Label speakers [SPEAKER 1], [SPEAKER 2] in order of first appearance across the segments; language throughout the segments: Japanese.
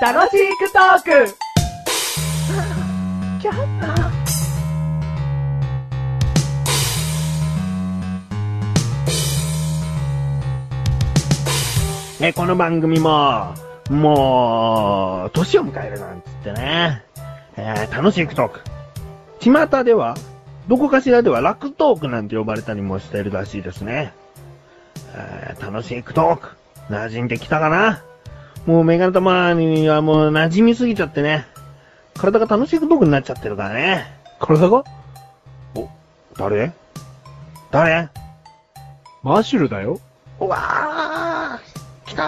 [SPEAKER 1] 楽しくトーク
[SPEAKER 2] ね、この番組も、もう、年を迎えるなんつってね、えー楽しいトーク。巷では、どこかしらでは楽トークなんて呼ばれたりもしてるらしいですね。えー楽しいトーク。馴染んできたかなもうメガネ玉にはもう馴染みすぎちゃってね。体が楽しいトークになっちゃってるからね。
[SPEAKER 3] 体が
[SPEAKER 2] お、誰誰
[SPEAKER 3] マシュルだよ。
[SPEAKER 2] うわー来た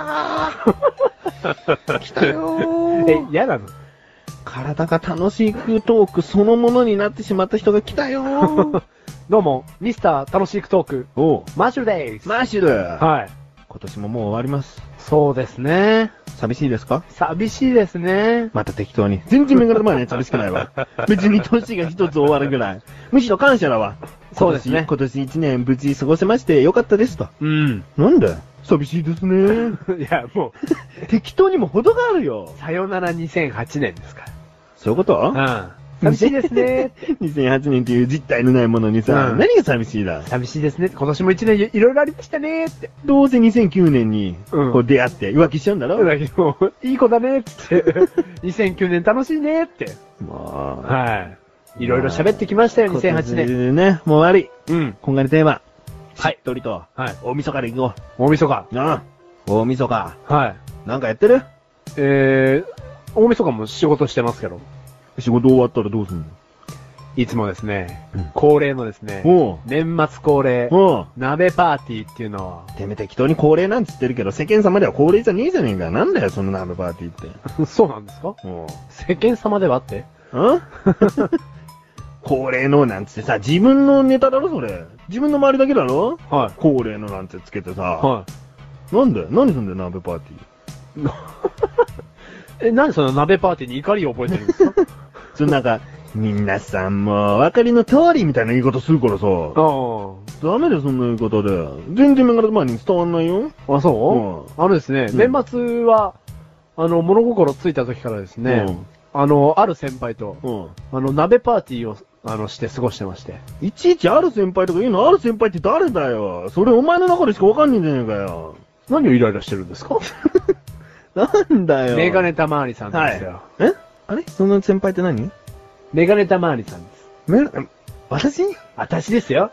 [SPEAKER 2] ー 来たよー
[SPEAKER 3] え、嫌なの
[SPEAKER 2] 体が楽しくトークそのものになってしまった人が来たよー
[SPEAKER 3] どうも、ミスター楽しいトーク、
[SPEAKER 2] おう
[SPEAKER 3] マシュルです。
[SPEAKER 2] マーシュル、
[SPEAKER 3] はい。
[SPEAKER 2] 今年ももう終わります。
[SPEAKER 3] そうですね。
[SPEAKER 2] 寂しいですか
[SPEAKER 3] 寂しいですね。
[SPEAKER 2] また適当に。全然目が玉はね、寂しくない わ。別に年が一つ終わるぐらい。むしろ感謝だわ。
[SPEAKER 3] そうですね
[SPEAKER 2] 今年今年一年無事過ごせましてよかったですと。
[SPEAKER 3] うん。
[SPEAKER 2] なんで寂しいですね。
[SPEAKER 3] いや、も
[SPEAKER 2] 適当にも程があるよ
[SPEAKER 3] う、。さよなら2008年ですか
[SPEAKER 2] そういうこと
[SPEAKER 3] ら。うん。寂しいですね。
[SPEAKER 2] 2008年という実体のないものにさ、
[SPEAKER 3] うん
[SPEAKER 2] 何が寂しいだ
[SPEAKER 3] 寂しいですね。今年も一年いろいろありましたねって。
[SPEAKER 2] どうせ2009年に、
[SPEAKER 3] うん
[SPEAKER 2] こう出会って浮気しちゃうんだろ、
[SPEAKER 3] だけど、 いい子だねっつ って。2009年楽しいねって。
[SPEAKER 2] もう、
[SPEAKER 3] はい。いろいろ喋ってきましたよ、2008年。
[SPEAKER 2] 年。ね、もう終わり。
[SPEAKER 3] うん。
[SPEAKER 2] 今回のテーマ。
[SPEAKER 3] はい
[SPEAKER 2] しっとりと、
[SPEAKER 3] はい。
[SPEAKER 2] 大晦日で行こ
[SPEAKER 3] 大晦日。
[SPEAKER 2] う。なあ、大晦日。
[SPEAKER 3] はい。
[SPEAKER 2] なんかやってる
[SPEAKER 3] えー、大晦日も仕事してますけど、
[SPEAKER 2] 仕事終わったらどうすんの
[SPEAKER 3] いつもですね、
[SPEAKER 2] うん
[SPEAKER 3] 恒例のですね、
[SPEAKER 2] おう
[SPEAKER 3] 年末恒例、
[SPEAKER 2] おう
[SPEAKER 3] 鍋パーティーっていうの
[SPEAKER 2] てめえ適当に高齢なんつってるけど、世間様では高齢じゃねえじゃねえかよ。なんだよ、その鍋パーティーって。
[SPEAKER 3] は、 そうなんですか
[SPEAKER 2] おう
[SPEAKER 3] 世間様ではって
[SPEAKER 2] ん高齢のなんつってさ、自分のネタだろ、それ。自分の周りだけだろ
[SPEAKER 3] は
[SPEAKER 2] 高齢のなんてつけてさ、
[SPEAKER 3] い。は
[SPEAKER 2] なんで何すんだよ、鍋パーティー。
[SPEAKER 3] い。え、なんでその鍋パーティーに怒りを覚えてるんですか
[SPEAKER 2] それなんか、皆さんもお分かりの通りみたいな言い方するから
[SPEAKER 3] あ
[SPEAKER 2] さ、
[SPEAKER 3] あ。
[SPEAKER 2] ダメだよ、そんな言い方で。全然メガネ前に伝わんないよ。
[SPEAKER 3] あ、そう、あのですね、
[SPEAKER 2] うん
[SPEAKER 3] 年末は、あの、物心ついた時からですね、あの、ある先輩と、
[SPEAKER 2] うん。うん。
[SPEAKER 3] あの、鍋パーティーを、あの、して過ごしてまして。
[SPEAKER 2] いちいちある先輩とか言うの、ある先輩って誰だよ。それお前の中でしかわかんねえんじゃねえかよ。
[SPEAKER 3] 何をイライラしてるんですか
[SPEAKER 2] なんだよ。
[SPEAKER 3] メガネ。たまわりさん
[SPEAKER 2] は
[SPEAKER 3] で
[SPEAKER 2] い
[SPEAKER 3] すよ。。
[SPEAKER 2] えあれその先輩って何
[SPEAKER 3] メガネたまわりさんです。
[SPEAKER 2] メガ私
[SPEAKER 3] 私ですよ。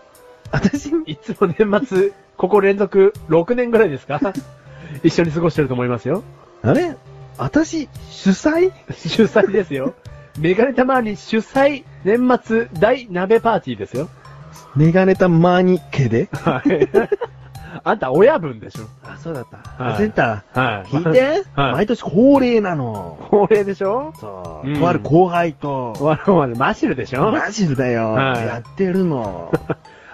[SPEAKER 2] 私
[SPEAKER 3] いつも年末、ここ連続6年ぐらいですか 一緒に過ごしてると思いますよ。
[SPEAKER 2] あれ私主催
[SPEAKER 3] 主催ですよ。メガネたまわり主催年末大鍋パーティーですよ。
[SPEAKER 2] メガネたマーニ家で
[SPEAKER 3] はい。 あんた親分でしょ。
[SPEAKER 2] あ、そうだった。
[SPEAKER 3] はい
[SPEAKER 2] 焦った。
[SPEAKER 3] は
[SPEAKER 2] 聞いて、
[SPEAKER 3] はい
[SPEAKER 2] 毎年恒例なの。
[SPEAKER 3] 恒例でしょ
[SPEAKER 2] そう、
[SPEAKER 3] うん
[SPEAKER 2] とある後輩
[SPEAKER 3] 終
[SPEAKER 2] と、
[SPEAKER 3] わるまでマシルでしょ
[SPEAKER 2] マジだよ、
[SPEAKER 3] はい
[SPEAKER 2] やって るの。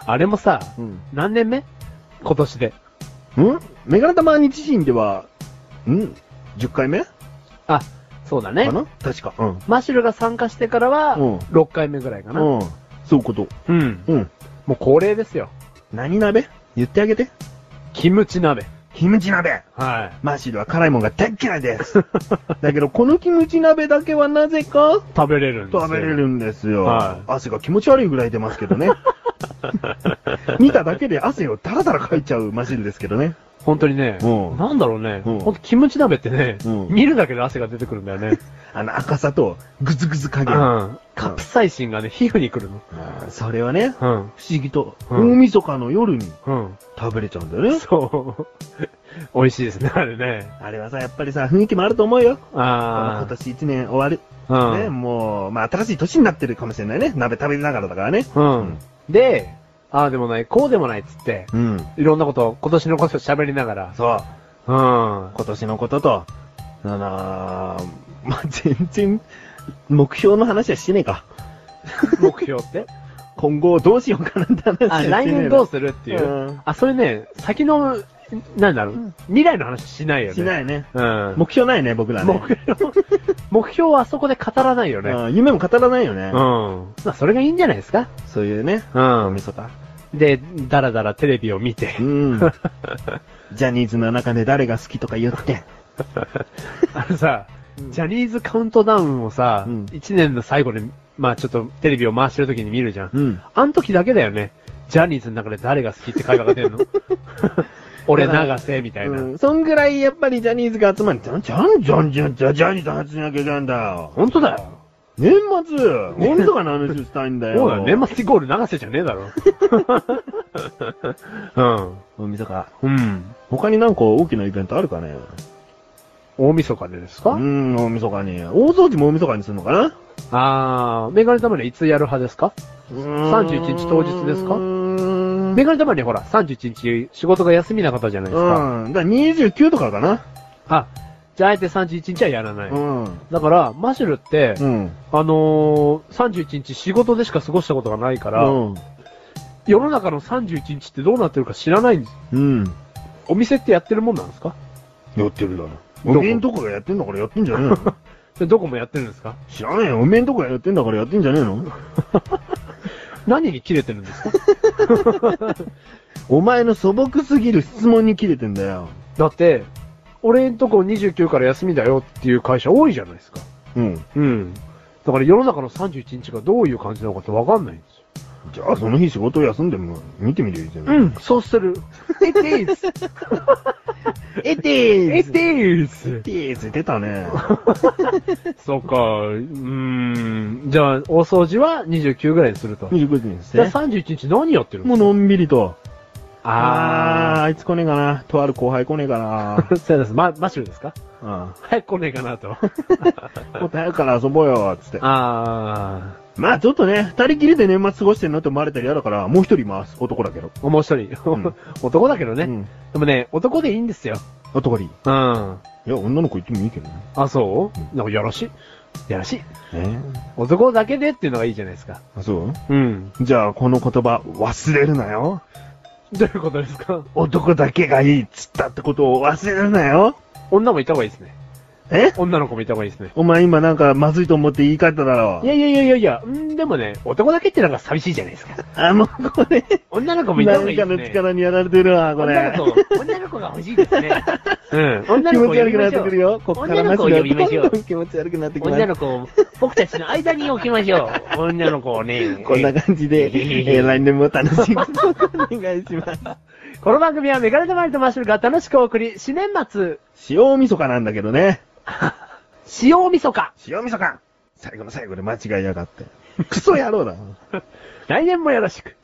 [SPEAKER 3] あれもさ、
[SPEAKER 2] うん。
[SPEAKER 3] 何年目今年で。
[SPEAKER 2] んメガネ玉日自身では、ん ?10 回目か
[SPEAKER 3] あ、そうだね。
[SPEAKER 2] な確か。うん。
[SPEAKER 3] マシュルが参加してからは、
[SPEAKER 2] うん
[SPEAKER 3] 6回目ぐらいかな。
[SPEAKER 2] うん。そういうこと。
[SPEAKER 3] うん。
[SPEAKER 2] うん。
[SPEAKER 3] もう恒例ですよ。
[SPEAKER 2] 何鍋言ってあげて。
[SPEAKER 3] キムチ鍋。
[SPEAKER 2] キムチ鍋
[SPEAKER 3] は
[SPEAKER 2] マシルは辛いもんが大っ嫌 いです。だけど、このキムチ鍋だけはなぜ
[SPEAKER 3] い。
[SPEAKER 2] か
[SPEAKER 3] 食べれるんですよ。
[SPEAKER 2] 食べれ。るんですよ。
[SPEAKER 3] はい
[SPEAKER 2] 汗が気持ち悪いぐらい出ますけ どね。見ただけで汗をダラダラかいちゃうマシンですけどね。
[SPEAKER 3] 本当にね、
[SPEAKER 2] うん
[SPEAKER 3] なんだろうね、
[SPEAKER 2] うん
[SPEAKER 3] ほんとキムチ鍋ってね、
[SPEAKER 2] うん
[SPEAKER 3] 見るだけで汗が出てくるんだよ ね。
[SPEAKER 2] あの赤さとグズグズ加
[SPEAKER 3] う
[SPEAKER 2] 減。
[SPEAKER 3] ん。カプサイシンがね、皮膚にくるの。
[SPEAKER 2] あーそれはね、
[SPEAKER 3] うん。
[SPEAKER 2] 不思議と、
[SPEAKER 3] うん
[SPEAKER 2] 大晦日の夜に
[SPEAKER 3] うん。
[SPEAKER 2] 食べれちゃうんだよね。
[SPEAKER 3] そう。 美味しいですね、あれね。
[SPEAKER 2] あれはさ、やっぱりさ、雰囲気もあると思うよ。今
[SPEAKER 3] あ
[SPEAKER 2] 年一年終わる。
[SPEAKER 3] あ。
[SPEAKER 2] ね、もう、まあ新しい年になってるかもしれないね。鍋食べながらだからね。
[SPEAKER 3] うん。うん。で、ああでもない、こうでもないっつって、
[SPEAKER 2] うん。
[SPEAKER 3] いろんなこと、今年のこと喋りながら。
[SPEAKER 2] そ
[SPEAKER 3] うん。
[SPEAKER 2] う。今年のことと、あのー、まあ、全然、目標の話はしてねえか。
[SPEAKER 3] 目標 って
[SPEAKER 2] 今後どうしようかなって話はしてねえ
[SPEAKER 3] あ、
[SPEAKER 2] な
[SPEAKER 3] 来年どうするっていうう。
[SPEAKER 2] ん
[SPEAKER 3] あ、それね、先の、なんだろう、
[SPEAKER 2] うん
[SPEAKER 3] 未来の話しないよね。。
[SPEAKER 2] しないいね。
[SPEAKER 3] うん。
[SPEAKER 2] 目標ないね、僕らね。
[SPEAKER 3] 目標、目標はあそこで語らないよね。
[SPEAKER 2] うん夢も語らないよね
[SPEAKER 3] うん。。まあ、それがいいんじゃないですか
[SPEAKER 2] そういうね、
[SPEAKER 3] うん。
[SPEAKER 2] みそか。
[SPEAKER 3] で、だらだらテレビを見て
[SPEAKER 2] う、ん。ジャニーズの中で誰が好きとか言って。
[SPEAKER 3] あのさ
[SPEAKER 2] うん、
[SPEAKER 3] ジャニーズカウントダウンをさ、
[SPEAKER 2] うん
[SPEAKER 3] 1年の最後で、まあちょっとテレビを回してる時に見るじゃん。
[SPEAKER 2] うん。
[SPEAKER 3] あの時だけだよね。ジャニーズの中で誰が好きって会話が出る の俺、長瀬みたいな。
[SPEAKER 2] うん、そんぐらいやっぱりジャニーズが集まる。じゃんじゃんじゃんじゃんじゃん、ジャニーズ外しなきゃいけないんだよ。
[SPEAKER 3] 本当だよ。
[SPEAKER 2] 年末、俺とかの話をしたいんだよ。
[SPEAKER 3] そうだよ。年末イコール長瀬じゃねえだろ。
[SPEAKER 2] 末。大晦日。
[SPEAKER 3] うん。うん。
[SPEAKER 2] 他になんか大きなイベントあるかね
[SPEAKER 3] 大晦日でですか、
[SPEAKER 2] うん、大晦日に。大掃除も大晦日にするのかな
[SPEAKER 3] あー、メガネ玉にはいつやる派ですか31日当日ですか
[SPEAKER 2] うーん。
[SPEAKER 3] メガネ玉にはほら、31日仕事が休みな方じゃないですか。
[SPEAKER 2] うん。だから29とかかな
[SPEAKER 3] あ、じゃああえて31日はやらない。
[SPEAKER 2] うん。
[SPEAKER 3] だから、マシュルって、
[SPEAKER 2] うん。
[SPEAKER 3] あのー、31日仕事でしか過ごしたことがないから、
[SPEAKER 2] うん。
[SPEAKER 3] 世の中の31日ってどうなってるか知らないんです。
[SPEAKER 2] うん。
[SPEAKER 3] お店ってやってるもんなんですか
[SPEAKER 2] やってるだろ。
[SPEAKER 3] どこ
[SPEAKER 2] おめえんとこがやってんだからやってんじゃねえ の
[SPEAKER 3] でどこもやってるんですか
[SPEAKER 2] 知らねえよ。おめえんとこがやってんだからやってんじゃねえの
[SPEAKER 3] 何に切れてるんですか
[SPEAKER 2] お前の素朴すぎる質問に切れてんだよ。
[SPEAKER 3] だって、俺んとこ29から休みだよっていう会社多いじゃないですか。
[SPEAKER 2] うん。
[SPEAKER 3] うん。だから世の中の31日がどういう感じなのかってわかんないんですよ。
[SPEAKER 2] じゃあその日仕事を休んでも見てみりゃいいじゃん。
[SPEAKER 3] うん、そうする。It is!
[SPEAKER 2] え
[SPEAKER 3] It
[SPEAKER 2] てえ
[SPEAKER 3] is!
[SPEAKER 2] てーず出た ね。
[SPEAKER 3] そうか、うーん。じゃあ、大掃除は29ぐらいにすると。
[SPEAKER 2] 29時にし
[SPEAKER 3] じゃあ
[SPEAKER 2] て。
[SPEAKER 3] 31日何やってる
[SPEAKER 2] もうのんびりと。あー、
[SPEAKER 3] あ
[SPEAKER 2] あいつ来ねえかな。とある後輩来ねえか
[SPEAKER 3] ー。そうです。ま、マッシュルですか
[SPEAKER 2] な。
[SPEAKER 3] 早く来ねえかなと。
[SPEAKER 2] うん。もっと早くから遊ぼうよ、つって。
[SPEAKER 3] あ
[SPEAKER 2] まあちょっとね、二人きりで年末過ごしてんのって思われたら嫌だから、もう一人います。男だけど。
[SPEAKER 3] ー。もう一人。
[SPEAKER 2] うん
[SPEAKER 3] 男だけどね、
[SPEAKER 2] うん。
[SPEAKER 3] でもね、男でいいんですよ。
[SPEAKER 2] 男でいい。
[SPEAKER 3] うん。あ、
[SPEAKER 2] いや、女の子行ってもいいけどね。
[SPEAKER 3] そう
[SPEAKER 2] う
[SPEAKER 3] なんかよろしい。やらしい。
[SPEAKER 2] え
[SPEAKER 3] 男だけでっていうのがいいじゃないですか。
[SPEAKER 2] あ、そう
[SPEAKER 3] うん。
[SPEAKER 2] じゃあ、この言葉、忘れるなよ。
[SPEAKER 3] どういうことですか
[SPEAKER 2] 男だけがいいっつったってことを忘れるなよ。
[SPEAKER 3] 女もいた方がいいですね。
[SPEAKER 2] え
[SPEAKER 3] 女の子もいた方がいいですね。
[SPEAKER 2] お前今なんかまずいと思って言い換えただろ
[SPEAKER 3] い。やいやいやいやいや、うん、でもね、男だけってなんか寂しいじゃないですか。
[SPEAKER 2] あ、もうこれ、
[SPEAKER 3] 女の子もいた
[SPEAKER 2] な
[SPEAKER 3] 方がいい
[SPEAKER 2] ん
[SPEAKER 3] で
[SPEAKER 2] か
[SPEAKER 3] すね。
[SPEAKER 2] の力にやられてるわ、これ。
[SPEAKER 3] 女の子、女の子が欲しいですね。うん。女の
[SPEAKER 2] 気
[SPEAKER 3] 子
[SPEAKER 2] 持
[SPEAKER 3] を
[SPEAKER 2] ち
[SPEAKER 3] 呼
[SPEAKER 2] 悪
[SPEAKER 3] び
[SPEAKER 2] くな
[SPEAKER 3] ま
[SPEAKER 2] っ
[SPEAKER 3] してょ
[SPEAKER 2] くる
[SPEAKER 3] う。
[SPEAKER 2] よ。こっから
[SPEAKER 3] 女の子を呼びましょう
[SPEAKER 2] どんどん気持ち悪くなってきます
[SPEAKER 3] 女。の子を僕たちの間に置きましょう。女の子をね。
[SPEAKER 2] こんな感じで、えー来年も楽しみにお願いします。
[SPEAKER 3] この番組はメガネとマリとマッシュルが楽しくお送り、四年末、
[SPEAKER 2] 塩味噌かなんだけどね。
[SPEAKER 3] 塩味噌か。
[SPEAKER 2] 塩味噌か最後の最後で間違いやがって。クソ野郎だ。
[SPEAKER 3] 来年もよろしく。